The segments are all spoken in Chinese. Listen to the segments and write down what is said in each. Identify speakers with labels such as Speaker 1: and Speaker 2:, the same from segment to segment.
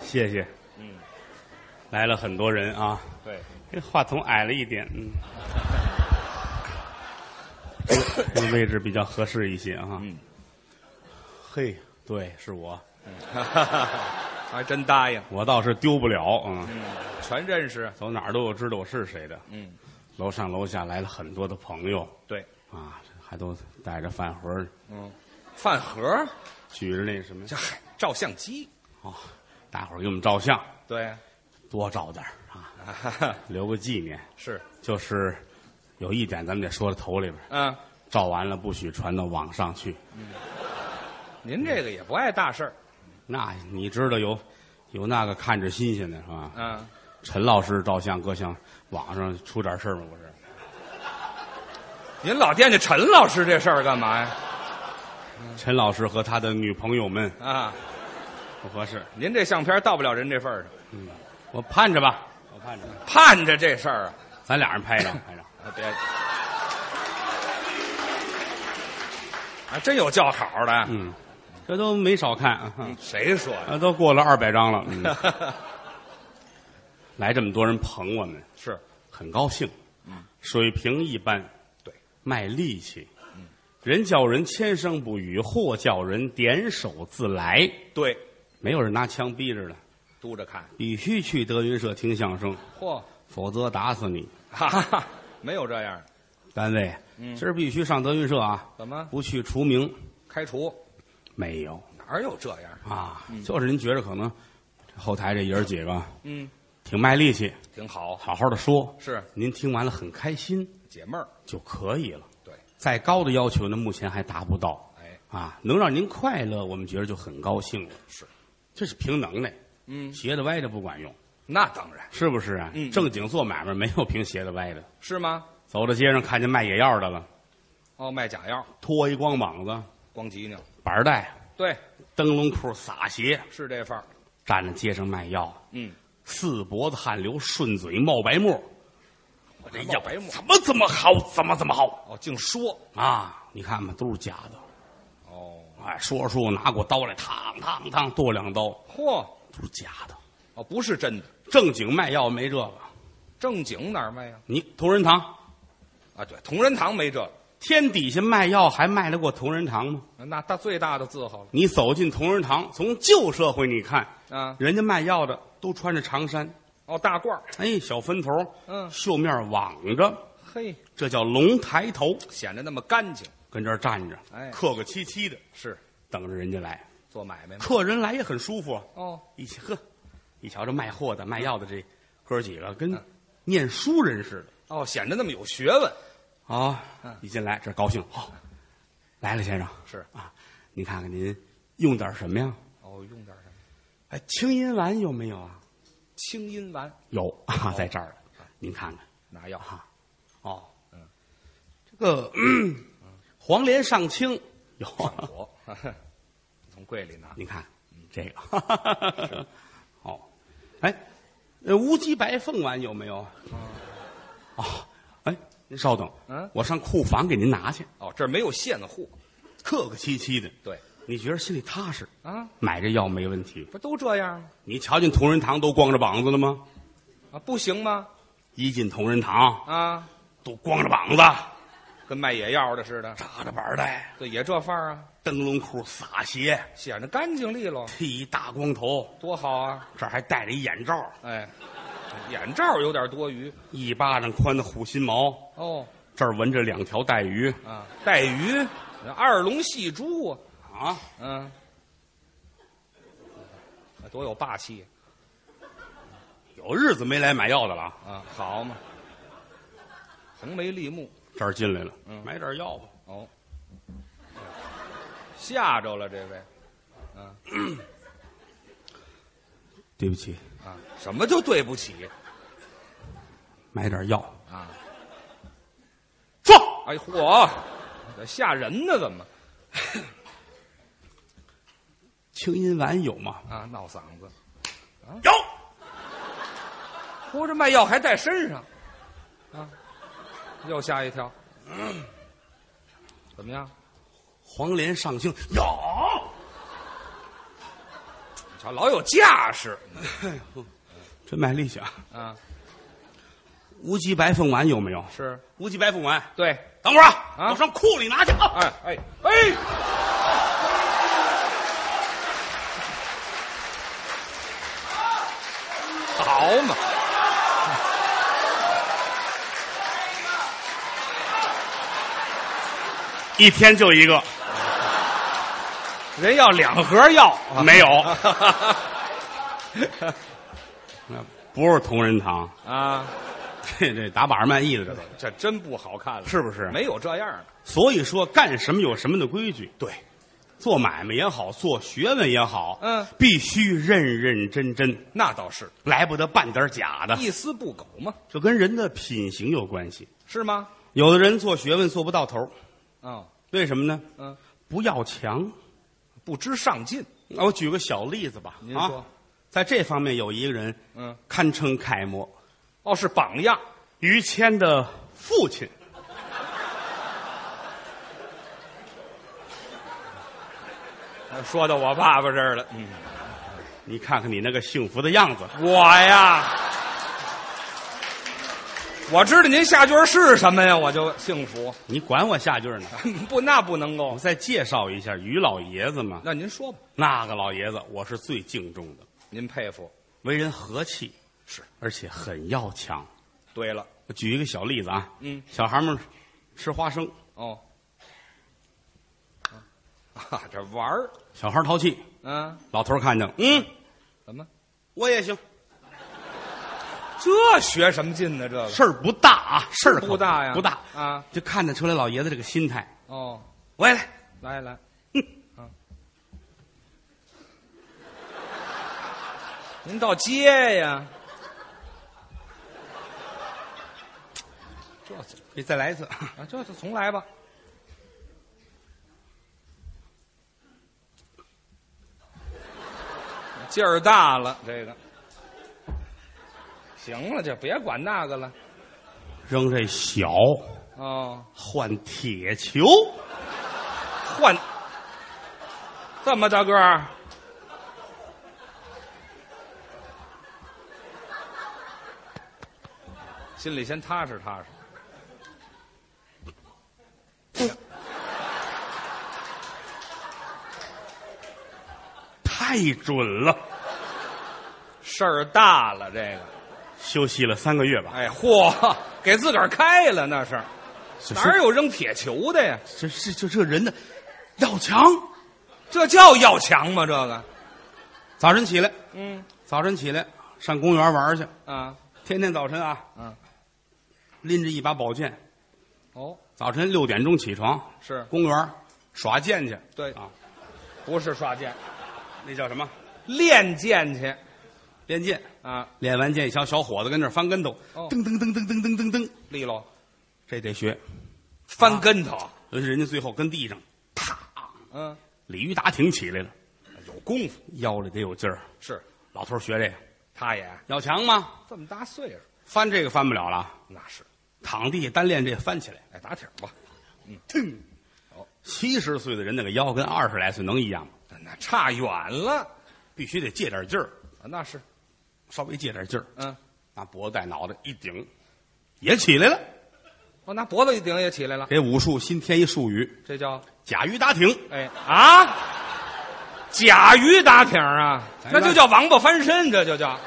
Speaker 1: 谢谢。
Speaker 2: 嗯，
Speaker 1: 来了很多人啊，
Speaker 2: 对，
Speaker 1: 这话筒矮了一点， 嗯，这个位置比较合适一些啊。
Speaker 2: 嗯，
Speaker 1: 嘿，对，是我，
Speaker 2: 还真答应，
Speaker 1: 我倒是丢不了，嗯，
Speaker 2: 全认识。
Speaker 1: 走哪儿都有知道我是谁的。
Speaker 2: 嗯，
Speaker 1: 楼上楼下来了很多的朋友
Speaker 2: 对，
Speaker 1: 啊，还都带着饭盒儿，
Speaker 2: 嗯，饭盒，
Speaker 1: 举着那什么呀
Speaker 2: 这嗨，照相机，
Speaker 1: 哦，大伙儿给我们照相，
Speaker 2: 对，
Speaker 1: 多照点儿啊，留个纪念。
Speaker 2: 是，
Speaker 1: 就是有一点咱们得说到头里边儿，
Speaker 2: 嗯，
Speaker 1: 照完了不许传到网上去。
Speaker 2: 您这个也不爱大事儿，
Speaker 1: 那你知道有有那个看着新鲜的是吧？
Speaker 2: 嗯，
Speaker 1: 陈老师照相搁像网上出点事儿吗？不是，
Speaker 2: 您老惦记陈老师这事儿干嘛呀？
Speaker 1: 陈老师和他的女朋友们
Speaker 2: 啊，
Speaker 1: 不合适，
Speaker 2: 您这相片到不了人这份儿上，
Speaker 1: 我盼着吧，我盼着吧，
Speaker 2: 盼着这事儿啊，
Speaker 1: 咱俩人拍 一张，拍一张。
Speaker 2: 啊别，还啊真有叫好的，
Speaker 1: 嗯，这都没少看啊
Speaker 2: 嗯，谁说的？
Speaker 1: 啊，都过了二百张了。嗯 来这么多人捧我们，
Speaker 2: 是，
Speaker 1: 很高兴。嗯，水平一般，
Speaker 2: 对，嗯
Speaker 1: 卖力气。人叫人千声不语，货叫人点手自来。
Speaker 2: 对，
Speaker 1: 没有人拿枪逼着的，
Speaker 2: 嘟着看，
Speaker 1: 必须去德云社听相声，
Speaker 2: 嚯，
Speaker 1: 否则打死你。
Speaker 2: 哈哈，没有这样的，
Speaker 1: 单位，
Speaker 2: 嗯
Speaker 1: 今儿必须上德云社啊，
Speaker 2: 怎么
Speaker 1: 不去除名
Speaker 2: 开除？
Speaker 1: 没有
Speaker 2: 哪有这样？
Speaker 1: 啊？就是您觉着可能后台这爷儿几个
Speaker 2: 嗯，
Speaker 1: 挺卖力气，
Speaker 2: 挺好，
Speaker 1: 好好的说，
Speaker 2: 是
Speaker 1: 您听完了很开心
Speaker 2: 解闷儿，
Speaker 1: 就可以了。
Speaker 2: 对，
Speaker 1: 再高的要求呢，目前还达不到。
Speaker 2: 哎，
Speaker 1: 啊，能让您快乐，我们觉得就很高兴了。
Speaker 2: 是，
Speaker 1: 这是凭能耐，
Speaker 2: 嗯，
Speaker 1: 斜的歪的不管用，
Speaker 2: 那当然
Speaker 1: 是不是啊？
Speaker 2: 嗯
Speaker 1: 正经做买卖没有凭斜的歪的。
Speaker 2: 是吗？
Speaker 1: 走到街上看见卖野药的了，
Speaker 2: 哦，卖假药，
Speaker 1: 脱一光膀子，
Speaker 2: 光脊梁，
Speaker 1: 板儿带、
Speaker 2: 对，
Speaker 1: 灯笼裤、撒鞋，
Speaker 2: 是这范儿，
Speaker 1: 站在街上卖药，
Speaker 2: 嗯，
Speaker 1: 四脖子汗流顺嘴冒白沫。我这药
Speaker 2: 冒白沫
Speaker 1: 怎么怎么好，怎么怎么好
Speaker 2: 哦，净说，
Speaker 1: 啊？你看吧，都是假的。
Speaker 2: 哦，
Speaker 1: 哎，说着说着拿过刀来，烫烫烫剁两刀，
Speaker 2: 嚯，
Speaker 1: 都是假的。
Speaker 2: 哦，不是真的，
Speaker 1: 正经卖药没这个，
Speaker 2: 正经哪儿卖呀？
Speaker 1: 你同仁堂。
Speaker 2: 啊，对，同仁堂没这个，
Speaker 1: 天底下卖药还卖得过同仁堂吗？
Speaker 2: 那大最大的字号了
Speaker 1: 你走进同仁堂，从旧社会你看，
Speaker 2: 啊，
Speaker 1: 人家卖药的都穿着长衫，
Speaker 2: 哦，大褂儿，
Speaker 1: 哎，小分头，
Speaker 2: 嗯
Speaker 1: 袖面网着，
Speaker 2: 嘿，
Speaker 1: 这叫龙抬头，
Speaker 2: 显得那么干净，
Speaker 1: 跟这儿站着，
Speaker 2: 哎
Speaker 1: 客客气气的
Speaker 2: 是
Speaker 1: 等着人家来。
Speaker 2: 做买卖吗？
Speaker 1: 客人来也很舒服，啊
Speaker 2: 哦，
Speaker 1: 一起呵，一瞧这卖货
Speaker 2: 嗯
Speaker 1: 的、卖药的这哥几个跟念书人似的
Speaker 2: 哦，显得那么有学问，
Speaker 1: 啊
Speaker 2: 嗯，
Speaker 1: 一进来这儿高兴，好、来了先生，
Speaker 2: 是，
Speaker 1: 啊，您看看您用点什么呀？
Speaker 2: 哦，用点什么
Speaker 1: 哎，清音丸有没有啊？
Speaker 2: 清音丸，哦
Speaker 1: 有啊， 在这儿，您看看
Speaker 2: 拿 药，
Speaker 1: 啊，哦，这个嗯黄连上清有，
Speaker 2: 我从柜里拿，
Speaker 1: 您看嗯这个， 哦，哎，呃，乌鸡白凤丸有没有？哦，哎，您稍等，
Speaker 2: 嗯
Speaker 1: 我上库房给您拿去，
Speaker 2: 哦，这儿没有现货，
Speaker 1: 客客气气的，
Speaker 2: 对，
Speaker 1: 你觉得心里踏实，
Speaker 2: 啊，
Speaker 1: 买这药没问题。
Speaker 2: 不都这样吗？
Speaker 1: 你瞧见同仁堂都光着膀子了吗？
Speaker 2: 啊，不行吗？
Speaker 1: 一进同仁堂
Speaker 2: 啊，
Speaker 1: 都光着膀子，
Speaker 2: 跟卖野药的似的，
Speaker 1: 扎着板儿带。
Speaker 2: 对，也这范儿啊，
Speaker 1: 灯笼裤、撒鞋，
Speaker 2: 显得干净利落，
Speaker 1: 剃一大光头，
Speaker 2: 多好啊！
Speaker 1: 这儿还戴着一眼罩，
Speaker 2: 哎，眼罩有点多余
Speaker 1: 一巴掌宽的虎心毛，
Speaker 2: 哦
Speaker 1: 这儿纹着两条带鱼
Speaker 2: 啊，带鱼，二龙戏珠啊，
Speaker 1: 啊！
Speaker 2: 嗯、啊多有霸气
Speaker 1: 有日子没来买药的了啊，
Speaker 2: 啊，好嘛，横眉立目
Speaker 1: 这儿进来了，
Speaker 2: 嗯
Speaker 1: 买点药吧。
Speaker 2: 哦，吓着了这位
Speaker 1: 对不起，
Speaker 2: 啊，什么就对不起
Speaker 1: 买点药。
Speaker 2: 啊？
Speaker 1: 说，
Speaker 2: 哎嚯，这吓人呢，怎么
Speaker 1: 清音丸有吗？
Speaker 2: 啊？闹嗓子，
Speaker 1: 有，
Speaker 2: 哭着卖药还带身上，啊，又吓一跳。怎么样？
Speaker 1: 黄连上清有。
Speaker 2: 瞧老有架势
Speaker 1: 真卖力气啊！
Speaker 2: 啊！
Speaker 1: 无极白凤丸有没有？
Speaker 2: 是
Speaker 1: 无极白凤丸，
Speaker 2: 对，
Speaker 1: 等会儿啊，
Speaker 2: 啊
Speaker 1: 我上库里拿去啊！
Speaker 2: 哎哎哎，好嘛！
Speaker 1: 一天就一个，
Speaker 2: 人要两盒药，啊
Speaker 1: 没有，不是同仁堂，
Speaker 2: 啊，
Speaker 1: 这这打把儿卖艺的这都
Speaker 2: 这真不好看了，
Speaker 1: 是不是？
Speaker 2: 没有这样的。
Speaker 1: 所以说干什么有什么的规矩，对，做买卖也好，做学问也好，
Speaker 2: 嗯，
Speaker 1: 必须认认真真，
Speaker 2: 那倒是
Speaker 1: 来不得半点假的，
Speaker 2: 一丝不苟嘛，
Speaker 1: 这跟人的品行有关系。
Speaker 2: 是吗？
Speaker 1: 有的人做学问做不到头儿，
Speaker 2: 啊，
Speaker 1: 为什么呢？
Speaker 2: 嗯，
Speaker 1: 不要强。啊
Speaker 2: 不知上进。
Speaker 1: 那我举个小例子吧，
Speaker 2: 您说
Speaker 1: 啊，在这方面有一个人
Speaker 2: 嗯，
Speaker 1: 堪称楷模，
Speaker 2: 哦，是榜样，
Speaker 1: 于谦的父亲。
Speaker 2: 哎说到我爸爸这儿了。嗯，
Speaker 1: 你看看你那个幸福的样子，
Speaker 2: 我呀，我知道您下句儿是什么呀，我就幸福。
Speaker 1: 你管我下句儿呢？
Speaker 2: 不，那不能
Speaker 1: 我
Speaker 2: 够。
Speaker 1: 再介绍一下于老爷子嘛，
Speaker 2: 那您说吧，
Speaker 1: 那个老爷子我是最敬重的，
Speaker 2: 您佩服。
Speaker 1: 为人和气，
Speaker 2: 是，
Speaker 1: 而且很要强。
Speaker 2: 对了，
Speaker 1: 我举一个小例子啊，
Speaker 2: 嗯，
Speaker 1: 小孩们吃花生，
Speaker 2: 哦，啊， 这玩儿，
Speaker 1: 小孩淘气，
Speaker 2: 嗯、
Speaker 1: 老头儿看见了，嗯，
Speaker 2: 怎么？
Speaker 1: 我也行，
Speaker 2: 这学什么劲呢？这个
Speaker 1: 事儿不大啊，事儿可
Speaker 2: 不大呀，
Speaker 1: 不大，
Speaker 2: 啊！
Speaker 1: 就看得出来老爷子这个心态。
Speaker 2: 哦，
Speaker 1: 我也来，
Speaker 2: 来来， 啊，您倒接呀？这怎么
Speaker 1: 你再来一次，
Speaker 2: 啊？这就重来吧。 劲儿大了，这个行了，就别管那个了。
Speaker 1: 扔这小
Speaker 2: 哦，
Speaker 1: 换铁球，
Speaker 2: 换这么大个儿，心里先踏实踏实。
Speaker 1: 太准了。
Speaker 2: 事儿大了，这个，
Speaker 1: 休息了三个月吧，
Speaker 2: 哎，嚯，给自个儿开了那是，
Speaker 1: 是
Speaker 2: 哪有扔铁球的呀？
Speaker 1: 这是就这人的要强。
Speaker 2: 这叫要强吗？这个，
Speaker 1: 早晨起来，
Speaker 2: 嗯
Speaker 1: 早晨起来上公园玩去，
Speaker 2: 啊，
Speaker 1: 天天早晨啊，
Speaker 2: 嗯，
Speaker 1: 拎着一把宝剑，
Speaker 2: 哦，
Speaker 1: 早晨六点钟起床，
Speaker 2: 是
Speaker 1: 公园耍剑去，
Speaker 2: 对
Speaker 1: 啊，
Speaker 2: 不是耍剑？
Speaker 1: 那叫什么
Speaker 2: 练剑去
Speaker 1: 练剑？
Speaker 2: 啊，
Speaker 1: 练完剑，小小伙子跟那儿翻跟头，
Speaker 2: 哦
Speaker 1: 噔噔噔噔噔噔噔噔，
Speaker 2: 利落，
Speaker 1: 这得学。
Speaker 2: 翻跟头，
Speaker 1: 尤其人家最后跟地上，
Speaker 2: 嗯，
Speaker 1: 鲤鱼打挺起来了，
Speaker 2: 有功夫
Speaker 1: 腰里得有劲儿。
Speaker 2: 是，
Speaker 1: 老头儿学这个
Speaker 2: 他也
Speaker 1: 要强吗？
Speaker 2: 这么大岁数，
Speaker 1: 翻这个翻不了了，
Speaker 2: 那是，
Speaker 1: 躺地单练这翻起来。
Speaker 2: 哎，打挺吧，
Speaker 1: 七十岁的人那个腰跟二十来岁能一样吗？
Speaker 2: 那那差远了，啊
Speaker 1: 必须得借点劲儿，
Speaker 2: 那是，
Speaker 1: 稍微借点劲儿，
Speaker 2: 嗯，
Speaker 1: 拿脖子带脑袋一顶，也起来了。
Speaker 2: 我拿哦脖子一顶也起来了，
Speaker 1: 给武术新添一术语
Speaker 2: 这叫
Speaker 1: “甲鱼打挺
Speaker 2: 哎啊，甲鱼打挺啊，
Speaker 1: 哎
Speaker 2: 那就叫王八翻身，这就叫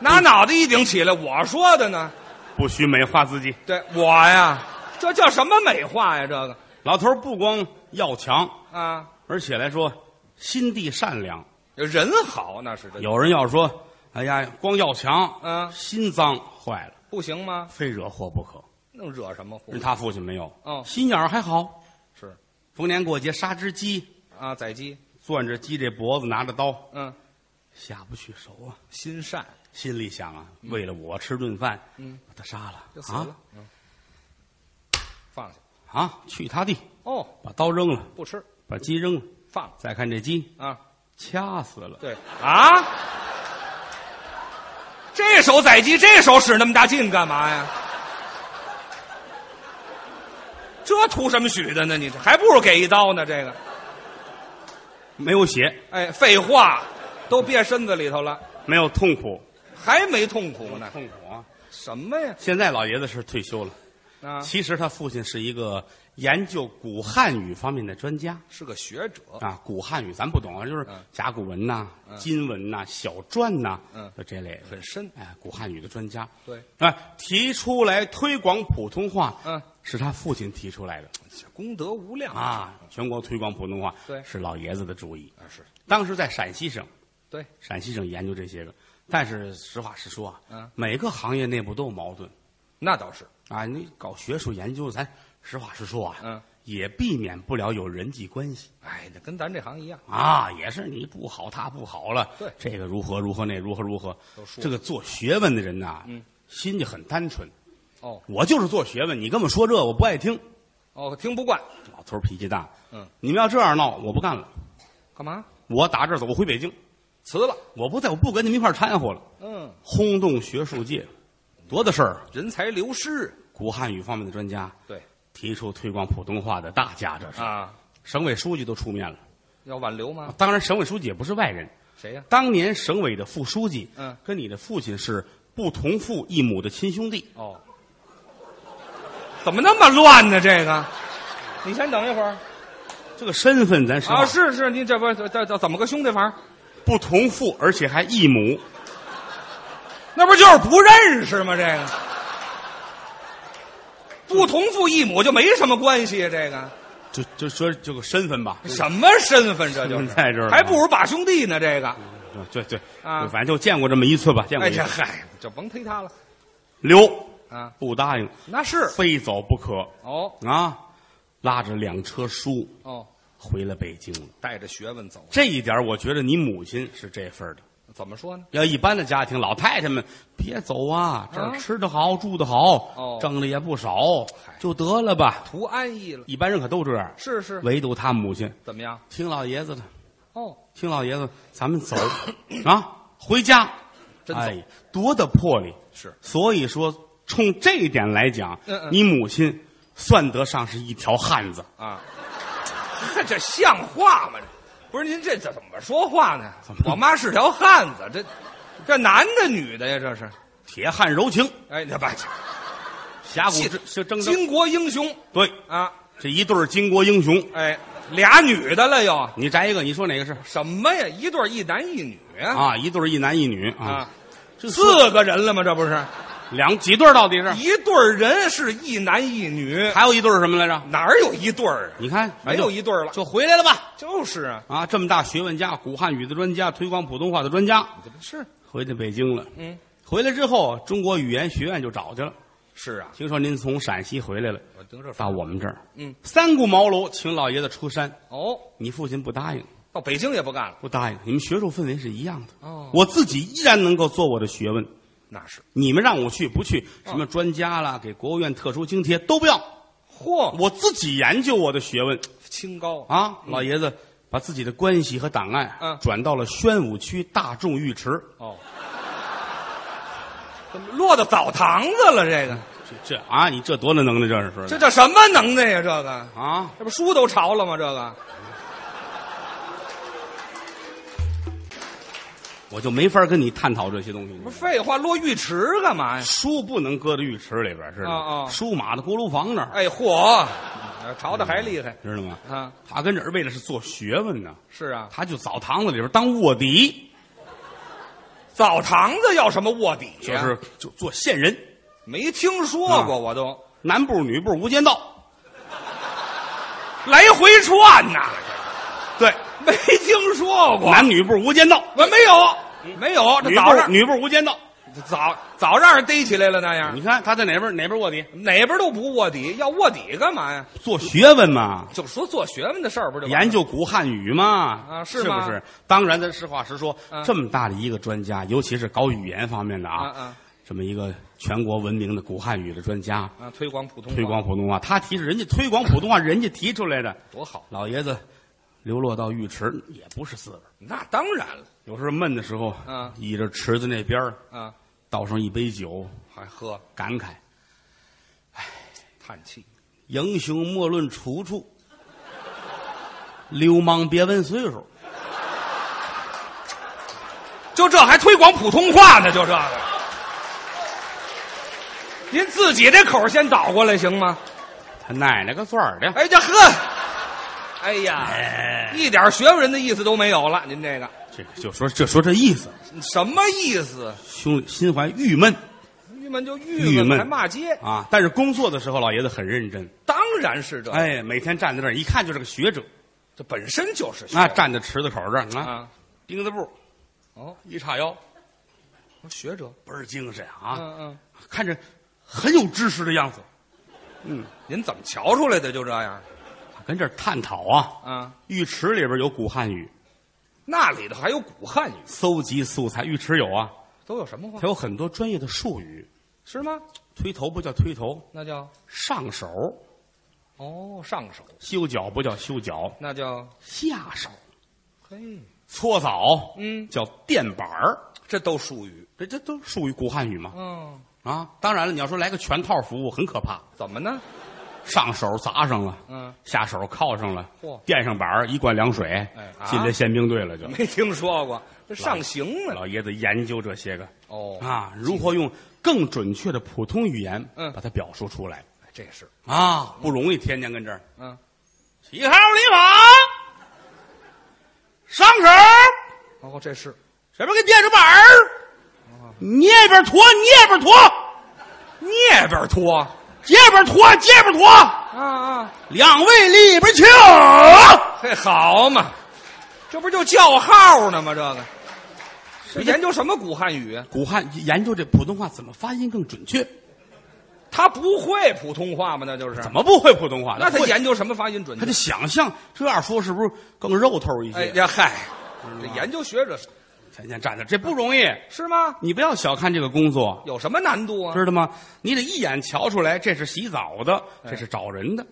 Speaker 2: 拿脑袋一顶起来。我说的呢，”，
Speaker 1: 不许美化自己。
Speaker 2: 对我呀，这叫什么美化呀？这个
Speaker 1: 老头儿不光要强，
Speaker 2: 啊，
Speaker 1: 而且来说心地善良。
Speaker 2: 人好那是真的，
Speaker 1: 有人要说：“哎呀，光要强，
Speaker 2: 嗯
Speaker 1: 心脏坏了，
Speaker 2: 不行吗？
Speaker 1: 非惹祸不可。”
Speaker 2: 能惹什么祸
Speaker 1: 人？他父亲没有，
Speaker 2: 哦
Speaker 1: 心眼儿还好。
Speaker 2: 是
Speaker 1: 逢年过节杀只鸡，
Speaker 2: 啊，宰鸡，
Speaker 1: 攥着鸡这脖子，拿着刀，
Speaker 2: 嗯，
Speaker 1: 下不去手啊。
Speaker 2: 心善
Speaker 1: 心里想啊，为了我吃顿饭，
Speaker 2: 嗯，
Speaker 1: 把他杀了
Speaker 2: 就死了
Speaker 1: 啊，
Speaker 2: 嗯，放下
Speaker 1: 啊！去他地，
Speaker 2: 哦，
Speaker 1: 把刀扔了，
Speaker 2: 不吃，
Speaker 1: 把鸡扔了，
Speaker 2: 放了
Speaker 1: 再看这鸡
Speaker 2: 啊。
Speaker 1: 掐死了。
Speaker 2: 对啊，这手宰鸡，这手使那么大劲干嘛呀？这图什么许的呢？你这还不如给一刀呢。这个，
Speaker 1: 没有血，
Speaker 2: 哎，废话，都憋身子里头了，
Speaker 1: 没有痛苦，
Speaker 2: 还没痛苦呢？
Speaker 1: 痛苦啊！
Speaker 2: 什么呀？
Speaker 1: 现在老爷子是退休了，
Speaker 2: 啊，
Speaker 1: 其实他父亲是一个研究古汉语方面的专家
Speaker 2: 是个学者，
Speaker 1: 啊。古汉语咱不懂啊，就是
Speaker 2: 哦嗯
Speaker 1: 甲骨文呐、金文呐、小篆呐，
Speaker 2: 嗯
Speaker 1: 就这类的。
Speaker 2: 很深。
Speaker 1: 哎，古汉语的专家，
Speaker 2: 对，
Speaker 1: 啊，提出来推广普通话，
Speaker 2: 嗯，
Speaker 1: 是他父亲提出来的
Speaker 2: 功德无量！
Speaker 1: 啊。全国推广普通话，
Speaker 2: 嗯对
Speaker 1: 是老爷子的主意。
Speaker 2: 啊是，
Speaker 1: 当时在陕西省，
Speaker 2: 对，
Speaker 1: 陕西省研究这些个，但是实话实说啊，
Speaker 2: 嗯
Speaker 1: 每个行业内部都有矛盾
Speaker 2: 那倒是，
Speaker 1: 啊。你搞学术研究，咱实话实说啊，
Speaker 2: 嗯，
Speaker 1: 也避免不了有人际关系
Speaker 2: 哎，那跟咱这行一样，
Speaker 1: 啊，也是你不好，他不好了，
Speaker 2: 对
Speaker 1: 这个如何如何，那如何如何
Speaker 2: 都，说
Speaker 1: 这个做学问的人呐、
Speaker 2: 嗯，
Speaker 1: 心就很单纯。
Speaker 2: 哦
Speaker 1: 我就是做学问，你跟我说这我不爱听。
Speaker 2: 哦，听不惯，
Speaker 1: 老头儿脾气大，
Speaker 2: 嗯，
Speaker 1: 你们要这样闹，我不干了，
Speaker 2: 干嘛？
Speaker 1: 我打这儿走，我回北京，
Speaker 2: 辞了，
Speaker 1: 我不在，我不跟你们一块儿掺和了，
Speaker 2: 嗯，
Speaker 1: 轰动学术界，多大事儿啊！
Speaker 2: 人才流失，
Speaker 1: 古汉语方面的专家
Speaker 2: 对
Speaker 1: 提出推广普通话的大家，这是
Speaker 2: 啊，
Speaker 1: 省委书记都出面了。
Speaker 2: 要挽留吗？
Speaker 1: 当然，省委书记也不是外人，
Speaker 2: 谁呀？
Speaker 1: 当年省委的副书记，
Speaker 2: 嗯
Speaker 1: 跟你的父亲是不同父异母的亲兄弟。
Speaker 2: 哦，怎么那么乱呢？这个，你先等一会儿
Speaker 1: 这个身份咱是
Speaker 2: 啊！是是，你这不这这这怎么个兄弟法？
Speaker 1: 不同父，而且还异母。
Speaker 2: 那不就是不认识吗？这个不同父异母就没什么关系啊！这个
Speaker 1: 就就说这个身份吧，
Speaker 2: 什么身份？这就
Speaker 1: 身
Speaker 2: 是
Speaker 1: 份在这儿呢
Speaker 2: 还不如把兄弟呢。这个，
Speaker 1: 对对对，
Speaker 2: 啊
Speaker 1: 反正就见过这么一次吧，见过
Speaker 2: 哎
Speaker 1: 一次。
Speaker 2: 这嗨，就甭推他了
Speaker 1: 留
Speaker 2: 啊！
Speaker 1: 不答应，
Speaker 2: 那是
Speaker 1: 非走不可
Speaker 2: 哦
Speaker 1: 啊！拉着两车书
Speaker 2: 哦，
Speaker 1: 回了北京了。
Speaker 2: 带着学问走，
Speaker 1: 这一点儿，我觉得你母亲是这份儿的。
Speaker 2: 怎么说呢？
Speaker 1: 要一般的家庭，老太太们别走啊，这儿
Speaker 2: 啊
Speaker 1: 吃得好，住得好，
Speaker 2: 哦
Speaker 1: 挣的也不少，就得了吧。
Speaker 2: 图安逸了，
Speaker 1: 一般人可都这样，
Speaker 2: 是是，
Speaker 1: 唯独他母亲
Speaker 2: 怎么样？
Speaker 1: 听老爷子的，
Speaker 2: 哦，
Speaker 1: 听老爷子，咱们走啊，回家。
Speaker 2: 真走
Speaker 1: 哎，多大魄力！
Speaker 2: 是
Speaker 1: 所以说，冲这一点来讲，
Speaker 2: 嗯嗯
Speaker 1: 你母亲算得上是一条汉子。
Speaker 2: 啊，这像话吗？不是您这怎么说话呢？我妈是条汉子，这这男的女的呀？这是，
Speaker 1: 铁汉柔情，
Speaker 2: 哎，那把
Speaker 1: 峡谷
Speaker 2: 金
Speaker 1: 之是争争。
Speaker 2: 巾帼英雄
Speaker 1: 对，
Speaker 2: 啊，
Speaker 1: 这一对儿巾帼英雄，
Speaker 2: 哎，俩女的了又
Speaker 1: 你摘一个，你说哪个是
Speaker 2: 什么呀？一对儿一男一女啊
Speaker 1: 啊？一对儿一男一女啊
Speaker 2: 啊，，
Speaker 1: 这
Speaker 2: 四个人了吗？这不是
Speaker 1: 两几对儿到底是？
Speaker 2: 一对儿人是一男一女，
Speaker 1: 还有一对儿是什么来着？
Speaker 2: 哪儿有一对儿啊？
Speaker 1: 你看，
Speaker 2: 没有一对儿了，
Speaker 1: 就回来了吧？
Speaker 2: 就是啊，
Speaker 1: 啊，这么大学问家，古汉语的专家，推广普通话的专家，
Speaker 2: 是
Speaker 1: 回到北京了。
Speaker 2: 嗯，
Speaker 1: 回来之后，中国语言学院就找去了。
Speaker 2: 是啊，
Speaker 1: 听说您从陕西回来了，
Speaker 2: 我听这
Speaker 1: 到我们这儿，
Speaker 2: 嗯，
Speaker 1: 三顾茅庐，请老爷子出山，
Speaker 2: 哦，
Speaker 1: 你父亲不答应，
Speaker 2: 到北京也不干了
Speaker 1: 不答应。你们学术氛围是一样的，
Speaker 2: 哦，
Speaker 1: 我自己依然能够做我的学问。
Speaker 2: 那是
Speaker 1: 你们让我去不去？什
Speaker 2: 哦
Speaker 1: 么专家啦，给国务院特殊津贴都不要，
Speaker 2: 嚯，
Speaker 1: 我自己研究我的学问
Speaker 2: 清高啊，
Speaker 1: 啊！老爷子把自己的关系和档案
Speaker 2: 嗯
Speaker 1: 转到了宣武区大众浴池，
Speaker 2: 哦，怎么落到澡堂子了？这个
Speaker 1: 这这啊，你这多大能耐？这是说的
Speaker 2: 这叫什么能耐呀？这个
Speaker 1: 啊，
Speaker 2: 这不书都潮了吗？这个
Speaker 1: 我就没法跟你探讨这些东西。
Speaker 2: 不是废话，落浴池干嘛呀？
Speaker 1: 书不能搁在浴池里边，知道吗？
Speaker 2: 啊啊
Speaker 1: 书码在锅炉房那儿，
Speaker 2: 哎嚯，潮的还厉害
Speaker 1: 知道吗？
Speaker 2: 啊！
Speaker 1: 他跟这儿为的是做学问呢，
Speaker 2: 是啊，
Speaker 1: 他就澡堂子里边当卧底，
Speaker 2: 澡堂子要什么卧底
Speaker 1: 就
Speaker 2: 呀？
Speaker 1: 是就做线人，
Speaker 2: 没听说
Speaker 1: 啊
Speaker 2: 过，我都
Speaker 1: 男部女部无间道，
Speaker 2: 来回串呐，
Speaker 1: 对，
Speaker 2: 没听说过，
Speaker 1: 男女部无间道，
Speaker 2: 我没有，没有，这
Speaker 1: 女
Speaker 2: 早
Speaker 1: 部
Speaker 2: 上
Speaker 1: 女部无间道。
Speaker 2: 早早让人逮起来了那样，
Speaker 1: 你看他在哪边哪边卧底
Speaker 2: 哪边都不卧底，要卧底干嘛呀？
Speaker 1: 做学问嘛，
Speaker 2: 就说做学问的事儿不就完了
Speaker 1: 研究古汉语嘛，
Speaker 2: 啊
Speaker 1: 是
Speaker 2: 是
Speaker 1: 不
Speaker 2: 吗
Speaker 1: 是？当然，咱实话实说，
Speaker 2: 嗯
Speaker 1: 这么大的一个专家，尤其是搞语言方面的
Speaker 2: 啊
Speaker 1: 啊，
Speaker 2: 啊
Speaker 1: 这么一个全国闻名的古汉语的专家，
Speaker 2: 啊！推广普通话
Speaker 1: 推广普通话，他提出人家推广普通 话，人家提出来的。
Speaker 2: 多好，
Speaker 1: 老爷子流落到浴池也不是滋味儿
Speaker 2: 那当然了
Speaker 1: 有时候闷的时候，
Speaker 2: 嗯
Speaker 1: 倚着池子那边儿
Speaker 2: 啊，
Speaker 1: 倒上一杯酒，
Speaker 2: 还喝
Speaker 1: 感慨
Speaker 2: 叹气，
Speaker 1: 英雄莫论出处，流氓别问岁数。
Speaker 2: 就这还推广普通话呢？就这个，您自己这口儿先倒过来行吗？
Speaker 1: 他奶奶个钻儿的！
Speaker 2: 哎呀呵，哎呀，一点学问人的意思都没有了。您这个
Speaker 1: 这个就说这说这意思，
Speaker 2: 什么意思？
Speaker 1: 兄弟心怀郁闷
Speaker 2: 郁闷就
Speaker 1: 郁
Speaker 2: 郁
Speaker 1: 闷
Speaker 2: 闷，还骂街，
Speaker 1: 啊。但是工作的时候，老爷子很认真，
Speaker 2: 当然是这，
Speaker 1: 哎，每天站在那儿，一看就是个学者
Speaker 2: 这本身就是学
Speaker 1: 啊，站在池子口这儿啊，
Speaker 2: 啊，
Speaker 1: 钉子步
Speaker 2: 哦，
Speaker 1: 一叉腰，
Speaker 2: 学者，
Speaker 1: 倍儿精神啊，
Speaker 2: 嗯嗯，
Speaker 1: 看着很有知识的样子，
Speaker 2: 您怎么瞧出来的？就这样
Speaker 1: 跟这儿探讨啊。
Speaker 2: 啊？
Speaker 1: 浴池里边有古汉语，
Speaker 2: 那里头还有古汉语，
Speaker 1: 搜集素材。浴池有啊，
Speaker 2: 都有什么话
Speaker 1: 它？有很多专业的术语。
Speaker 2: 是吗？
Speaker 1: 推头不叫推头，
Speaker 2: 那叫
Speaker 1: 上手
Speaker 2: 哦，上手，
Speaker 1: 修脚不叫修脚，
Speaker 2: 那叫
Speaker 1: 下手
Speaker 2: 嘿，
Speaker 1: 搓澡
Speaker 2: 嗯，
Speaker 1: 叫垫板儿，
Speaker 2: 这都术语。
Speaker 1: 这这都属于古汉语嘛
Speaker 2: 嗯，
Speaker 1: 啊！当然了，你要说来个全套服务很可怕，
Speaker 2: 怎么呢？
Speaker 1: 上手砸上了，
Speaker 2: 嗯，
Speaker 1: 下手铐上了
Speaker 2: 嚯，
Speaker 1: 垫上板儿，一罐凉水
Speaker 2: 哎，啊
Speaker 1: 进这宪兵队了就。
Speaker 2: 没听说过，这上刑呢？
Speaker 1: 老爷子研究这些个
Speaker 2: 哦，
Speaker 1: 啊，如何用更准确的普通语言，
Speaker 2: 嗯
Speaker 1: 把它表述出来
Speaker 2: 这是，
Speaker 1: 啊，不容易，天天跟这儿
Speaker 2: 嗯，
Speaker 1: 起号立马，上手。
Speaker 2: 哦，这是，
Speaker 1: 什么跟垫着板儿？
Speaker 2: 哦
Speaker 1: 捏边拖，捏边 拖，
Speaker 2: 捏边拖
Speaker 1: 接边拖，接边拖，
Speaker 2: 啊啊，
Speaker 1: 两位里边请。
Speaker 2: 嘿，好嘛，这不就叫号呢吗？这个，这研究什么古汉语啊？
Speaker 1: 古汉研究这普通话怎么发音更准确，
Speaker 2: 他不会普通话吗？那就是，
Speaker 1: 怎么不会普通话？
Speaker 2: 那他
Speaker 1: 会
Speaker 2: 研究什么发音准
Speaker 1: 他
Speaker 2: 确
Speaker 1: 就？想象这样说是不是更肉头一
Speaker 2: 哎
Speaker 1: 些？
Speaker 2: 呀，嗨，这研究学者是
Speaker 1: 天天站着，这不容易。
Speaker 2: 是吗？
Speaker 1: 你不要小看这个工作，
Speaker 2: 有什么难度啊？
Speaker 1: 知道吗？你得一眼瞧出来，这是洗澡的，这是找人的。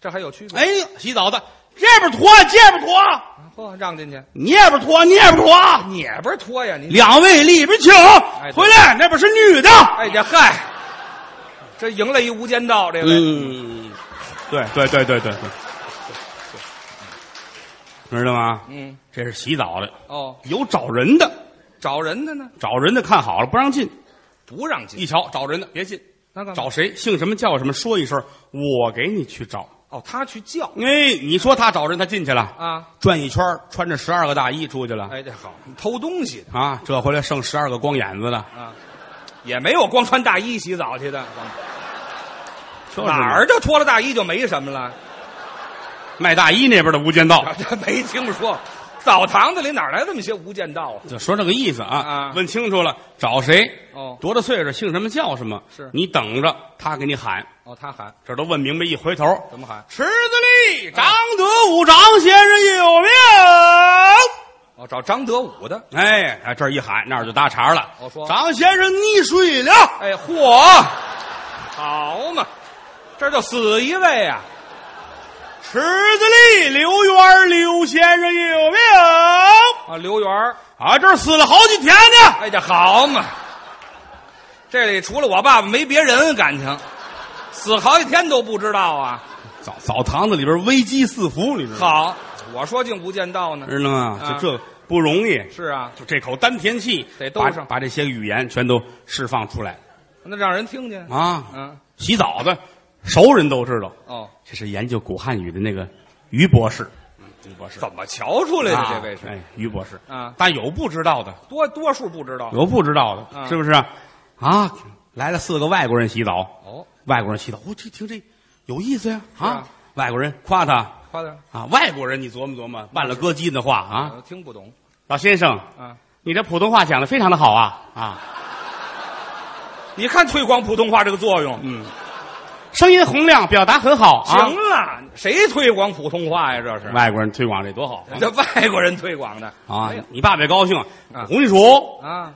Speaker 2: 这还有区别？
Speaker 1: 哎，洗澡的这边拖，这边拖，
Speaker 2: 啊嚯，让进去，
Speaker 1: 捏边拖，捏边拖。
Speaker 2: 你不是拖呀？你，
Speaker 1: 两位里边请，
Speaker 2: 对
Speaker 1: 回来，那边是女的。
Speaker 2: 哎呀，嗨，这赢了一《无间道》这个，
Speaker 1: 嗯，对对对对对对，知道吗？
Speaker 2: 嗯，
Speaker 1: 这是洗澡的，
Speaker 2: 哦，
Speaker 1: 有找人的，
Speaker 2: 找人的呢
Speaker 1: 找人的看好了不让进，
Speaker 2: 不让
Speaker 1: 一
Speaker 2: 进，
Speaker 1: 瞧找人的别进，
Speaker 2: 那干嘛
Speaker 1: 找谁姓什么叫什么说一声，我给你去找。
Speaker 2: 哦，他去叫
Speaker 1: 哎，你说他找人，他进去了，
Speaker 2: 啊，
Speaker 1: 转一圈穿着十二个大衣出去了，
Speaker 2: 哎，这好，偷东西的
Speaker 1: 啊，这回来剩十二个光眼子了，
Speaker 2: 啊，也没有光穿大衣洗澡去的，
Speaker 1: 就是
Speaker 2: 哪儿就脱了大衣就没什么了，
Speaker 1: 卖大衣那边的《无间道》
Speaker 2: 啊这没听说，澡堂子里哪来这么些无间道啊？
Speaker 1: 就说这个意思啊，
Speaker 2: 啊
Speaker 1: 问清楚了，找谁，
Speaker 2: 哦
Speaker 1: 多大岁数，姓什么叫什么，
Speaker 2: 是
Speaker 1: 你等着他给你喊，
Speaker 2: 哦，他喊
Speaker 1: 这都问明白，一回头，
Speaker 2: 怎么喊？
Speaker 1: 池子里张德武张先生有命，
Speaker 2: 哦，找张德武的，
Speaker 1: 哎，哎，这儿一喊，那儿就搭茬了，
Speaker 2: 我说
Speaker 1: 张先生溺水了，
Speaker 2: 哎，嚯，好嘛，这就死一位啊！
Speaker 1: 池子里刘元刘先生有命，
Speaker 2: 啊，刘源儿，
Speaker 1: 啊，这儿死了好几天呢，
Speaker 2: 哎呀，好嘛，这里除了我爸爸没别人，感情死好几天都不知道啊。
Speaker 1: 澡澡堂子里边危机四伏，你知道吗？
Speaker 2: 好，我说竟不见道呢。
Speaker 1: 知道吗？
Speaker 2: 啊
Speaker 1: 就这不容易，
Speaker 2: 是啊，
Speaker 1: 就这口丹田气，
Speaker 2: 得兜
Speaker 1: 把
Speaker 2: 上
Speaker 1: 把这些语言全都释放出来
Speaker 2: 那让人听见。
Speaker 1: 啊！
Speaker 2: 嗯，
Speaker 1: 洗澡的熟人都知道，
Speaker 2: 哦，
Speaker 1: 这是研究古汉语的那个于博士，于博士，
Speaker 2: 怎么瞧出来
Speaker 1: 啊
Speaker 2: 的？这位是
Speaker 1: 哎，于博士
Speaker 2: 啊
Speaker 1: 但有不知道的，
Speaker 2: 多多数不知道。
Speaker 1: 有不知道的，
Speaker 2: 嗯
Speaker 1: 是不是啊？啊，来了四个外国人洗澡，
Speaker 2: 哦，
Speaker 1: 外国人洗澡，我这听这有意思呀
Speaker 2: 是啊
Speaker 1: 啊！外国人夸他
Speaker 2: 夸张，
Speaker 1: 啊，外国人你琢磨琢磨，万了咯叽的话啊，
Speaker 2: 我听不懂
Speaker 1: 老先生，
Speaker 2: 啊。
Speaker 1: 你这普通话讲的非常的好啊啊！
Speaker 2: 你看推广普通话这个作用。
Speaker 1: 嗯，声音洪亮，表达很好啊。
Speaker 2: 行了，谁推广普通话呀？这是
Speaker 1: 外国人推广这多好啊
Speaker 2: 这外国人推广的
Speaker 1: 啊！啊
Speaker 2: 哎呀
Speaker 1: 你爸爸也高兴。我跟你说，
Speaker 2: 啊！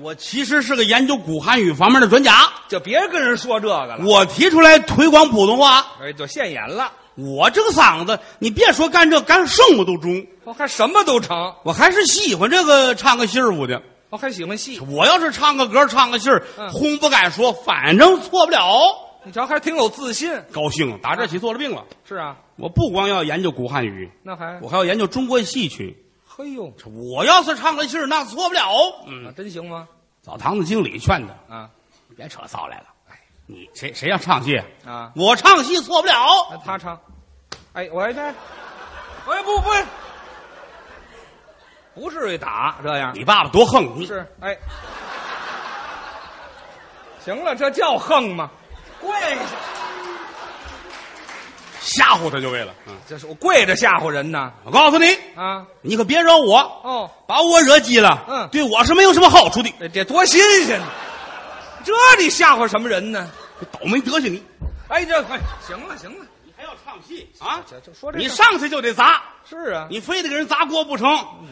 Speaker 1: 我其实是个研究古汉语方面的专家，
Speaker 2: 就别跟人说这个了，
Speaker 1: 我提出来推广普通话。
Speaker 2: 哎，就现眼了。
Speaker 1: 我这个嗓子，你别说干这干什么都中，
Speaker 2: 我看什么都成，
Speaker 1: 我还是喜欢这个唱个戏儿舞的。
Speaker 2: 我哦还喜欢戏。
Speaker 1: 我要是唱个歌、唱个戏儿，
Speaker 2: 嗯
Speaker 1: 轰不敢说，反正错不了。
Speaker 2: 你瞧，还挺有自信。
Speaker 1: 高兴了，打这起做了病了。
Speaker 2: 是啊，
Speaker 1: 我不光要研究古汉语，
Speaker 2: 那还
Speaker 1: 我还要研究中国戏曲。
Speaker 2: 嘿呦，
Speaker 1: 这我要是唱个戏儿那错不了。嗯，
Speaker 2: 啊真行吗？
Speaker 1: 澡堂子经理劝他，
Speaker 2: 啊
Speaker 1: 别扯骚来了。你谁谁要唱戏？
Speaker 2: 啊，
Speaker 1: 我唱戏错不了。
Speaker 2: 那他唱，哎，我这，哎不不，不至于打这样，
Speaker 1: 你爸爸多横，你
Speaker 2: 是哎，行了，这叫横吗？跪下，
Speaker 1: 吓唬他就为了。嗯，
Speaker 2: 这是我跪着吓唬人呢
Speaker 1: 我告诉你，
Speaker 2: 啊！
Speaker 1: 你可别惹我，
Speaker 2: 哦，
Speaker 1: 把我惹急了，
Speaker 2: 嗯
Speaker 1: 对我是没有什么好处的。
Speaker 2: 这这多新鲜呢！这你吓唬什么人呢？
Speaker 1: 倒霉德行你，
Speaker 2: 哎，这哎，行了行了，
Speaker 1: 你还要唱戏啊？
Speaker 2: 这就说这
Speaker 1: 你
Speaker 2: 事儿
Speaker 1: 上去就得砸，
Speaker 2: 是啊，
Speaker 1: 你非得给人砸锅不成？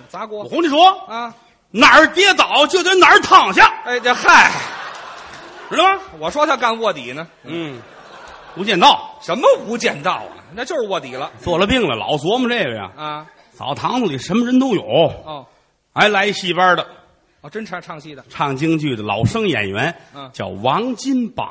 Speaker 2: 砸
Speaker 1: 我
Speaker 2: 锅
Speaker 1: 哄你说，
Speaker 2: 啊！
Speaker 1: 哪儿跌倒就得哪儿躺下，
Speaker 2: 哎，这嗨，
Speaker 1: 知道吗？
Speaker 2: 我说他干卧底呢，
Speaker 1: 嗯，无间道
Speaker 2: 什么无间道啊？那就是卧底了
Speaker 1: 做了病了，老琢磨这个呀。
Speaker 2: 啊！
Speaker 1: 澡堂子里什么人都有，
Speaker 2: 哦，
Speaker 1: 还来一戏班的，
Speaker 2: 哦，真唱唱戏的
Speaker 1: 唱京剧的老生演员，
Speaker 2: 嗯
Speaker 1: 叫王金榜，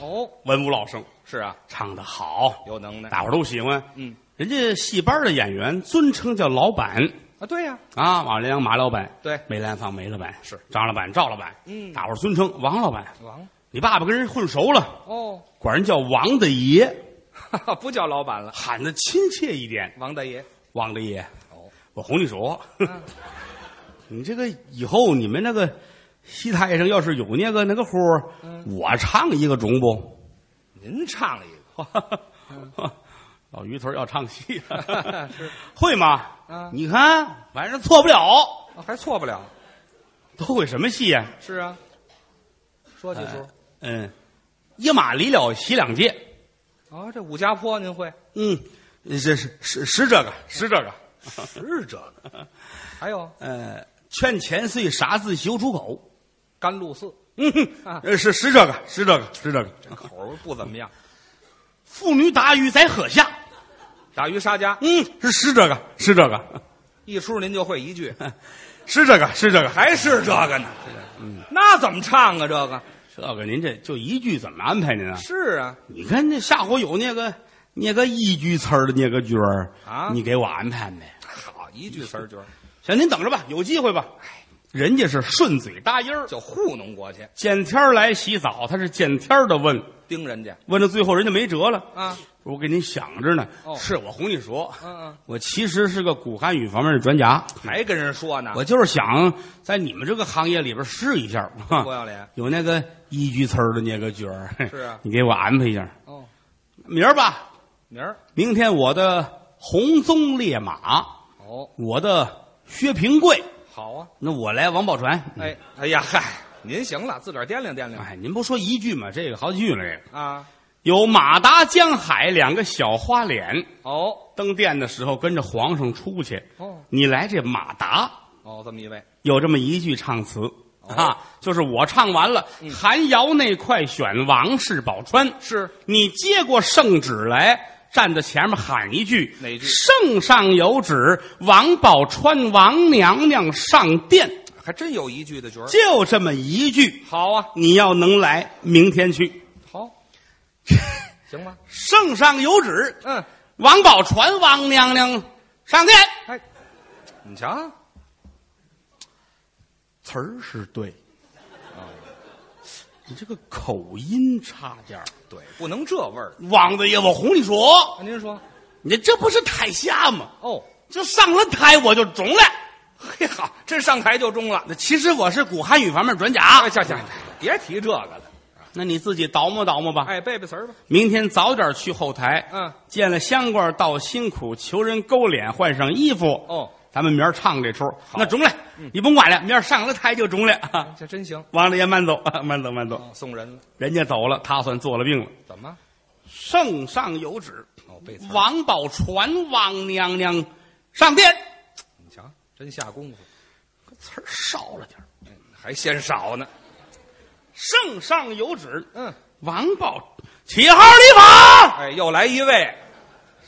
Speaker 2: 哦，
Speaker 1: 文武老生，
Speaker 2: 是啊，
Speaker 1: 唱的好，
Speaker 2: 有能耐
Speaker 1: 大伙儿都喜欢。
Speaker 2: 嗯
Speaker 1: 人家戏班的演员尊称叫老板
Speaker 2: 啊，对呀、
Speaker 1: 啊，马连良马老板，
Speaker 2: 对
Speaker 1: 梅兰芳梅老板
Speaker 2: 是
Speaker 1: 张老板赵老板，
Speaker 2: 嗯
Speaker 1: 大伙儿尊称王老板。
Speaker 2: 王
Speaker 1: 你爸爸跟人混熟了，
Speaker 2: 哦，
Speaker 1: 管人叫王大爷，
Speaker 2: 哈哈不叫老板了，
Speaker 1: 喊的亲切一点。
Speaker 2: 王大爷
Speaker 1: 王大爷，
Speaker 2: 哦，
Speaker 1: 我哄你说，
Speaker 2: 嗯
Speaker 1: 你这个以后你们那个戏台上要是有那个那个活儿
Speaker 2: 嗯
Speaker 1: 我唱一个中不？
Speaker 2: 您唱一个
Speaker 1: 老于头要唱戏
Speaker 2: 嗯 是
Speaker 1: 会吗？
Speaker 2: 啊
Speaker 1: 你看晚上错不了，
Speaker 2: 哦还错不了，
Speaker 1: 都会什么戏呀、
Speaker 2: 是啊，说几出
Speaker 1: 哎。嗯，一马离了洗两界。
Speaker 2: 哦，这武家坡您会？
Speaker 1: 嗯，这是是是这个是这个。
Speaker 2: 是这个。还有
Speaker 1: 呃，劝钱岁啥字修出口？
Speaker 2: 甘露寺，
Speaker 1: 嗯哼，
Speaker 2: 啊
Speaker 1: 呃是是这个是这个是这个。
Speaker 2: 这口儿不怎么样。
Speaker 1: 妇女打鱼在河下。
Speaker 2: 打渔杀家
Speaker 1: 嗯，是是这个是这个
Speaker 2: 一出您就会一句，
Speaker 1: 是这个是这个。
Speaker 2: 还是这个呢？嗯，那怎么唱啊？这个
Speaker 1: 这个您这就一句怎么安排您啊？
Speaker 2: 是啊，
Speaker 1: 你看这下回有那个那个一句词儿的那个角儿
Speaker 2: 啊
Speaker 1: 你给我安排呗。
Speaker 2: 好一句词儿就是
Speaker 1: 行，您等着吧，有机会吧。
Speaker 2: 哎
Speaker 1: 人家是顺嘴搭音儿，
Speaker 2: 就糊弄过去，
Speaker 1: 见天儿来洗澡，他是见天儿的问，
Speaker 2: 盯人家
Speaker 1: 问到最后人家没辙了。
Speaker 2: 啊，
Speaker 1: 我给您想着呢，
Speaker 2: 哦
Speaker 1: 是我哄你说，
Speaker 2: 嗯嗯，
Speaker 1: 我其实是个古汉语方面的专家，
Speaker 2: 还跟人说呢，
Speaker 1: 我就是想在你们这个行业里边试一下。哈
Speaker 2: 不要脸
Speaker 1: 有那个一句词儿的那个角儿，
Speaker 2: 是啊
Speaker 1: 你给我安排一下。
Speaker 2: 哦，
Speaker 1: 明儿吧，
Speaker 2: 明儿
Speaker 1: 明天我的红鬃烈马，
Speaker 2: 哦，
Speaker 1: 我的薛平贵，
Speaker 2: 好啊，
Speaker 1: 那我来王宝钏。
Speaker 2: 哎哎呀嗨，您行了，自个儿掂量掂量
Speaker 1: 嗯哎，您不说一句吗？这个好几句了。这个
Speaker 2: 啊，
Speaker 1: 有马达江海两个小花脸，
Speaker 2: 哦
Speaker 1: 登殿的时候跟着皇上出去。
Speaker 2: 哦
Speaker 1: 你来这马达，
Speaker 2: 哦，这么一位
Speaker 1: 有这么一句唱词、
Speaker 2: 哦
Speaker 1: 啊，就是我唱完了，
Speaker 2: 嗯
Speaker 1: 韩瑶那快选王氏宝钏，
Speaker 2: 是
Speaker 1: 你接过圣旨来。站在前面喊一句：“
Speaker 2: 哪句
Speaker 1: 圣上有旨，王宝钏王娘娘上殿。
Speaker 2: 还真有一句的角”儿，
Speaker 1: 就这么一句，
Speaker 2: 好啊，
Speaker 1: 你要能来，明天去。
Speaker 2: 好， 行吗？
Speaker 1: 圣上有旨，
Speaker 2: 嗯，
Speaker 1: 王宝钏王娘娘上殿。
Speaker 2: 哎，你瞧，
Speaker 1: 词儿是对，哦你这个口音差点儿。
Speaker 2: 对，不能这味儿。
Speaker 1: 王大爷，我哄你说，
Speaker 2: 那您说，
Speaker 1: 你这不是台下吗？
Speaker 2: 哦，
Speaker 1: 就上了台我就中了。
Speaker 2: 嘿好，这上台就中了。
Speaker 1: 那其实我是古汉语方面专家
Speaker 2: 哎，。行行，
Speaker 1: 嗯
Speaker 2: 别提这个了。
Speaker 1: 那你自己倒磨倒磨吧。
Speaker 2: 哎，背背词儿吧。
Speaker 1: 明天早点去后台。
Speaker 2: 嗯，
Speaker 1: 见了香官道辛苦，求人勾脸换上衣服。
Speaker 2: 哦，
Speaker 1: 咱们明儿唱这出。那中了，你甭管了，明儿上了台就中了。
Speaker 2: 这真行。
Speaker 1: 王大爷慢走， 慢走，慢走。
Speaker 2: 哦，送人了，
Speaker 1: 人家走了，他算做了病了。
Speaker 2: 怎么？
Speaker 1: 圣上有旨，
Speaker 2: 哦，背词儿。
Speaker 1: 王宝钏王娘娘上殿。
Speaker 2: 你瞧，真下功夫，
Speaker 1: 词儿少了点儿
Speaker 2: 哎还嫌少呢。
Speaker 1: 圣上有旨，
Speaker 2: 嗯，
Speaker 1: 王宝起号立法。
Speaker 2: 哎，又来一位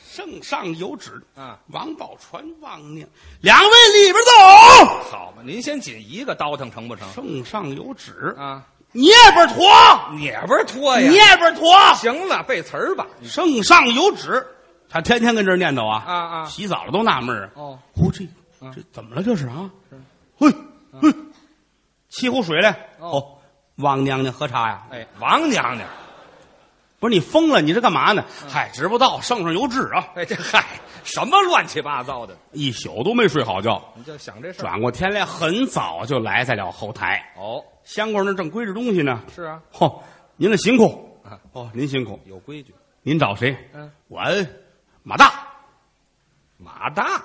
Speaker 1: 圣上有旨，
Speaker 2: 啊。
Speaker 1: 王宝钏王娘，两位里边走。
Speaker 2: 好嘛，您先紧一个倒腾成不成？
Speaker 1: 圣上有旨，
Speaker 2: 啊，
Speaker 1: 捏边驮，
Speaker 2: 也不是拖呀。
Speaker 1: 捏边驮。
Speaker 2: 行了，背词儿吧。
Speaker 1: 圣上有旨，他天天跟这儿念叨啊
Speaker 2: 啊啊
Speaker 1: 洗澡了都纳闷儿啊
Speaker 2: 哦，
Speaker 1: 我这这怎么了？这是啊？嘿，嘿，沏壶水来。
Speaker 2: 哦，
Speaker 1: 王娘娘喝茶呀？
Speaker 2: 哎，王娘娘，
Speaker 1: 不是你疯了？你这干嘛呢？嗨，知不道，圣上有旨啊！
Speaker 2: 哎，这 嗨，什么乱七八糟的？
Speaker 1: 一宿都没睡好觉，
Speaker 2: 你就想这事儿。
Speaker 1: 转过天来很早就来在了后台。
Speaker 2: 哦，
Speaker 1: 香官那儿正规着东西呢。
Speaker 2: 是啊，
Speaker 1: 嚯、您的辛苦
Speaker 2: 啊。
Speaker 1: 哦，您辛苦。
Speaker 2: 有规矩。
Speaker 1: 您找谁？
Speaker 2: 嗯，
Speaker 1: 我马大。
Speaker 2: 马大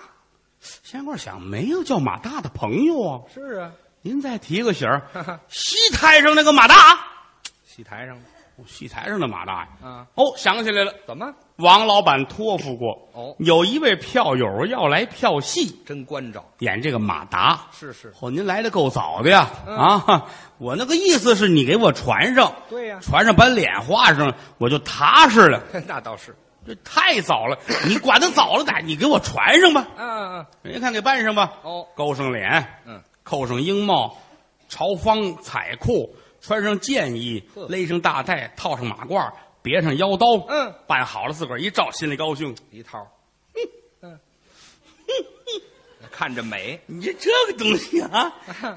Speaker 1: 仙官想，没有叫马大的朋友啊。
Speaker 2: 是啊，
Speaker 1: 您再提个醒儿，
Speaker 2: 哈哈，
Speaker 1: 戏台上那个马大啊，
Speaker 2: 戏台上
Speaker 1: 哦戏台上的马大呀。
Speaker 2: 啊，
Speaker 1: 哦，想起来了，
Speaker 2: 怎么？
Speaker 1: 王老板托付过，
Speaker 2: 哦，
Speaker 1: 有一位票友要来票戏，
Speaker 2: 真关照。
Speaker 1: 演这个马达。
Speaker 2: 是是，
Speaker 1: 哦，您来的够早的呀！
Speaker 2: 嗯
Speaker 1: 啊，我那个意思是你给我传上，
Speaker 2: 对呀、
Speaker 1: 传上把脸画上，我就踏实了。
Speaker 2: 那倒是。
Speaker 1: 这太早了，你管的早了歹，你给我传上吧。
Speaker 2: 嗯、啊，
Speaker 1: 人家看给办上吧，
Speaker 2: 哦，
Speaker 1: 勾上脸，
Speaker 2: 嗯，
Speaker 1: 扣上缨帽，朝方彩裤，穿上箭衣
Speaker 2: 呵，
Speaker 1: 勒上大带，套上马褂，别上腰刀。
Speaker 2: 嗯，
Speaker 1: 办好了，自个儿一照，心里高兴。
Speaker 2: 一套。嗯， 看着美。
Speaker 1: 你这这个东西啊，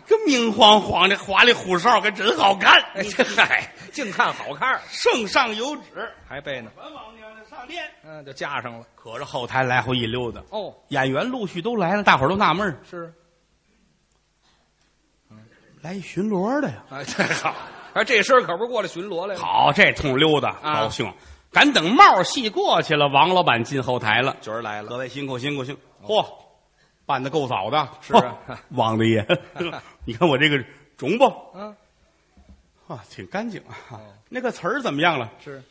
Speaker 1: 这明晃晃的，华丽虎哨，还真好看。
Speaker 2: 哎，这嗨，净看好看儿，
Speaker 1: 圣上有旨，
Speaker 2: 还背呢。
Speaker 1: 本王娘娘上殿。
Speaker 2: 嗯，就加上了。
Speaker 1: 可是后台来回一溜达，
Speaker 2: 哦，
Speaker 1: 演员陆续都来了，大伙儿都纳闷儿
Speaker 2: 是
Speaker 1: 来巡逻的呀。
Speaker 2: 啊，这好。啊，这身儿可不是过来巡逻来了，
Speaker 1: 好，这通溜达
Speaker 2: 啊
Speaker 1: 高兴，赶等帽戏过去了，王老板进后台了。
Speaker 2: 角儿来
Speaker 1: 各
Speaker 2: 了。哦
Speaker 1: 位辛苦辛苦辛苦，嚯，办的够早的，
Speaker 2: 是 啊
Speaker 1: 嚯王大 爷，你看我这个中不
Speaker 2: 嗯，
Speaker 1: 啊，挺干净啊
Speaker 2: 哦。
Speaker 1: 那个词儿怎么样了？
Speaker 2: 是，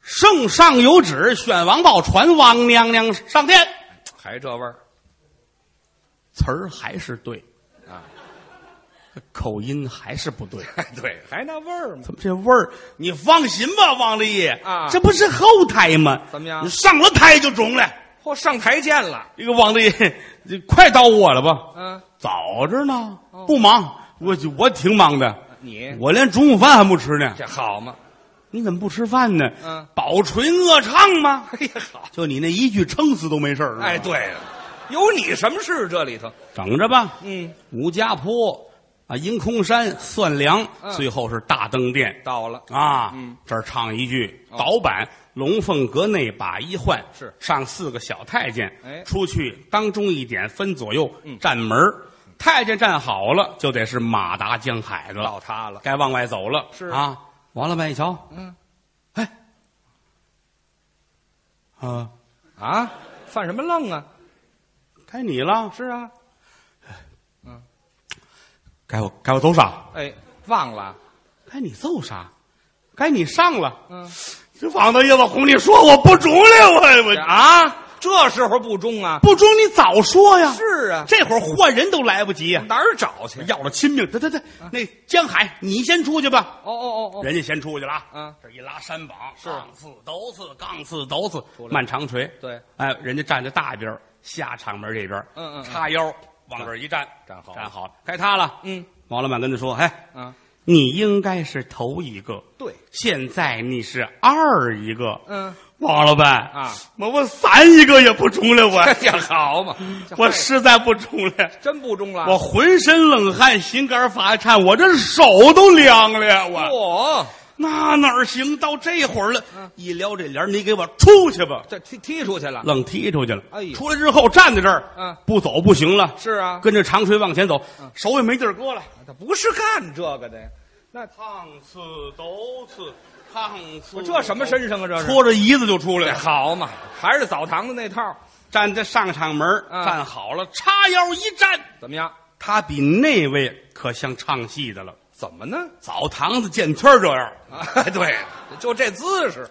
Speaker 1: 圣上有旨，选王宝传王娘娘上殿。
Speaker 2: 还这味 儿
Speaker 1: 词儿还是对，
Speaker 2: 啊？
Speaker 1: 口音还是不对。
Speaker 2: 哎，对，还那味儿吗？
Speaker 1: 怎么这味儿？你放心吧，王立业
Speaker 2: 啊
Speaker 1: 这不是后台吗？
Speaker 2: 怎么样
Speaker 1: 你上了台就中了。
Speaker 2: 嚯，上台见了。
Speaker 1: 这个王立业，你快到我了吧？
Speaker 2: 嗯，
Speaker 1: 早着呢
Speaker 2: 哦，哎
Speaker 1: 不忙，我我挺忙的，
Speaker 2: 你
Speaker 1: 我连中午饭还不吃呢。
Speaker 2: 这好吗？
Speaker 1: 你怎么不吃饭呢？
Speaker 2: 嗯
Speaker 1: 饱垂饿唱吗？
Speaker 2: 哎呀，好。
Speaker 1: 就你那一句撑死都没事儿。
Speaker 2: 哎，
Speaker 1: 是吧，
Speaker 2: 对了，有你什么事这里头？
Speaker 1: 等着吧。
Speaker 2: 嗯，
Speaker 1: 吴家坡啊，阴空山、算粮，
Speaker 2: 嗯
Speaker 1: 最后是大登殿。
Speaker 2: 到了，
Speaker 1: 啊，
Speaker 2: 嗯，
Speaker 1: 这儿唱一句，
Speaker 2: 哦
Speaker 1: 倒板龙凤阁内把衣换，
Speaker 2: 是
Speaker 1: 上四个小太监，
Speaker 2: 哎
Speaker 1: 出去当中一点分左右，
Speaker 2: 嗯
Speaker 1: 站门儿太监站好了，就得是马达江海子了，
Speaker 2: 到他了。
Speaker 1: 该往外走了，
Speaker 2: 是
Speaker 1: 啊。王老板一瞧，
Speaker 2: 嗯
Speaker 1: 哎，啊，
Speaker 2: 啊，犯什么愣啊？
Speaker 1: 该你了，
Speaker 2: 是啊，
Speaker 1: 该我该我走啥？
Speaker 2: 哎，忘了。
Speaker 1: 该你奏啥？该你上了。
Speaker 2: 嗯
Speaker 1: 这王大爷，我哄你说，我不中了，我我
Speaker 2: 啊，这时候不中啊？
Speaker 1: 不中，你早说呀！
Speaker 2: 是啊，
Speaker 1: 这会儿换人都来不及呀、
Speaker 2: 哪儿找去？
Speaker 1: 要了亲命！对对对，那江海，你先出去吧。
Speaker 2: 哦哦哦哦，
Speaker 1: 人家先出去了啊！
Speaker 2: 嗯
Speaker 1: 这一拉山膀，
Speaker 2: 是
Speaker 1: 杠刺、斗刺、杠刺、斗刺
Speaker 2: 出，来
Speaker 1: 慢长锤。
Speaker 2: 对，
Speaker 1: 哎，人家站在大边儿下场门这边儿，
Speaker 2: 嗯嗯嗯
Speaker 1: 叉腰往这儿一站，
Speaker 2: 站好了
Speaker 1: 站好了，该他了。
Speaker 2: 嗯
Speaker 1: 王老板跟他说：“哎，
Speaker 2: 啊，
Speaker 1: 你应该是头一个，
Speaker 2: 对，
Speaker 1: 现在你是二一个。
Speaker 2: 嗯
Speaker 1: 王老板，
Speaker 2: 啊，
Speaker 1: 我我三一个也不中了，我
Speaker 2: 哎呀，好嘛，这
Speaker 1: 我
Speaker 2: 坏
Speaker 1: 实在不中了。”
Speaker 2: 真不中了。
Speaker 1: 我浑身冷汗，心肝发颤，我这手都凉了呀！我
Speaker 2: 嚯，
Speaker 1: 那哪儿行？到这会儿了
Speaker 2: 哦嗯，
Speaker 1: 一撩这帘儿你给我出去吧！
Speaker 2: 这踢踢出去了。
Speaker 1: 愣踢出去了。
Speaker 2: 哎呦
Speaker 1: 出来之后站在这儿，
Speaker 2: 嗯
Speaker 1: 不走不行了，
Speaker 2: 是啊，嗯
Speaker 1: 跟着长锤往前走，手也没地儿搁了。
Speaker 2: 他不是干这个的呀。那
Speaker 1: 烫刺抖刺，烫刺
Speaker 2: 我这什么身上啊？这是哎
Speaker 1: 搓着椅子就出来了。
Speaker 2: 好嘛，还是澡堂子那套，
Speaker 1: 站在上场门儿，
Speaker 2: 嗯
Speaker 1: 站好了，叉腰一站，
Speaker 2: 怎么样？
Speaker 1: 他比那位可像唱戏的了。
Speaker 2: 怎么呢？
Speaker 1: 澡堂子见天儿这样。
Speaker 2: 啊， 对，就这姿势。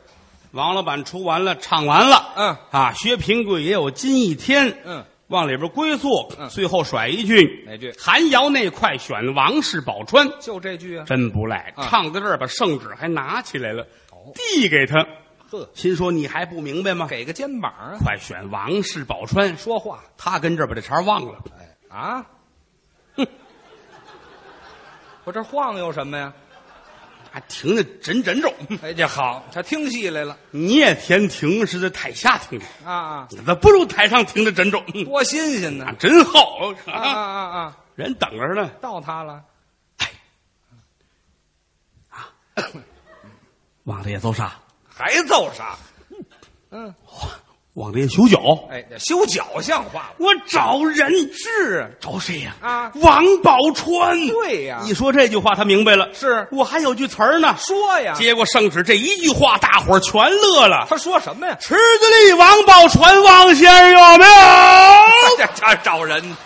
Speaker 1: 王老板出完了，唱完了，
Speaker 2: 嗯
Speaker 1: 啊，薛平贵也有今一天，
Speaker 2: 嗯，
Speaker 1: 往里边归宿，
Speaker 2: 嗯
Speaker 1: 最后甩一句
Speaker 2: 哪句
Speaker 1: 韩瑶那块选王氏宝钏，
Speaker 2: 就这句啊。
Speaker 1: 真不赖，
Speaker 2: 啊
Speaker 1: 唱到这儿把圣旨还拿起来了
Speaker 2: 哦，
Speaker 1: 递给他，
Speaker 2: 呵，
Speaker 1: 心说你还不明白吗？
Speaker 2: 给个肩膀啊，
Speaker 1: 快选王氏宝钏，
Speaker 2: 说话。
Speaker 1: 他跟这儿把这茬忘了，
Speaker 2: 哎啊，
Speaker 1: 哼
Speaker 2: 我这晃悠什么呀？
Speaker 1: 还停的真真 肉。
Speaker 2: 哎，这好，他听戏来了
Speaker 1: 你也填停是在台下停的，
Speaker 2: 啊，
Speaker 1: 那不如台上停的真重，
Speaker 2: 多新鲜呢
Speaker 1: 那！真好
Speaker 2: 啊嗯啊啊啊！
Speaker 1: 人等着呢。
Speaker 2: 到他了，
Speaker 1: 往里也揍啥？
Speaker 2: 还揍啥？嗯，
Speaker 1: 往里也修脚。
Speaker 2: 哎，这修脚像话吗？
Speaker 1: 我找人
Speaker 2: 是
Speaker 1: 找谁呀、
Speaker 2: 啊
Speaker 1: 王宝钏。
Speaker 2: 对呀
Speaker 1: 一说这句话，他明白了。
Speaker 2: 是
Speaker 1: 我还有句词儿呢。
Speaker 2: 说呀，
Speaker 1: 结果圣旨这一句话，大伙儿全乐了。
Speaker 2: 他说什么呀？
Speaker 1: 池子里王宝钏，王先生有没有？
Speaker 2: 这这找人呢，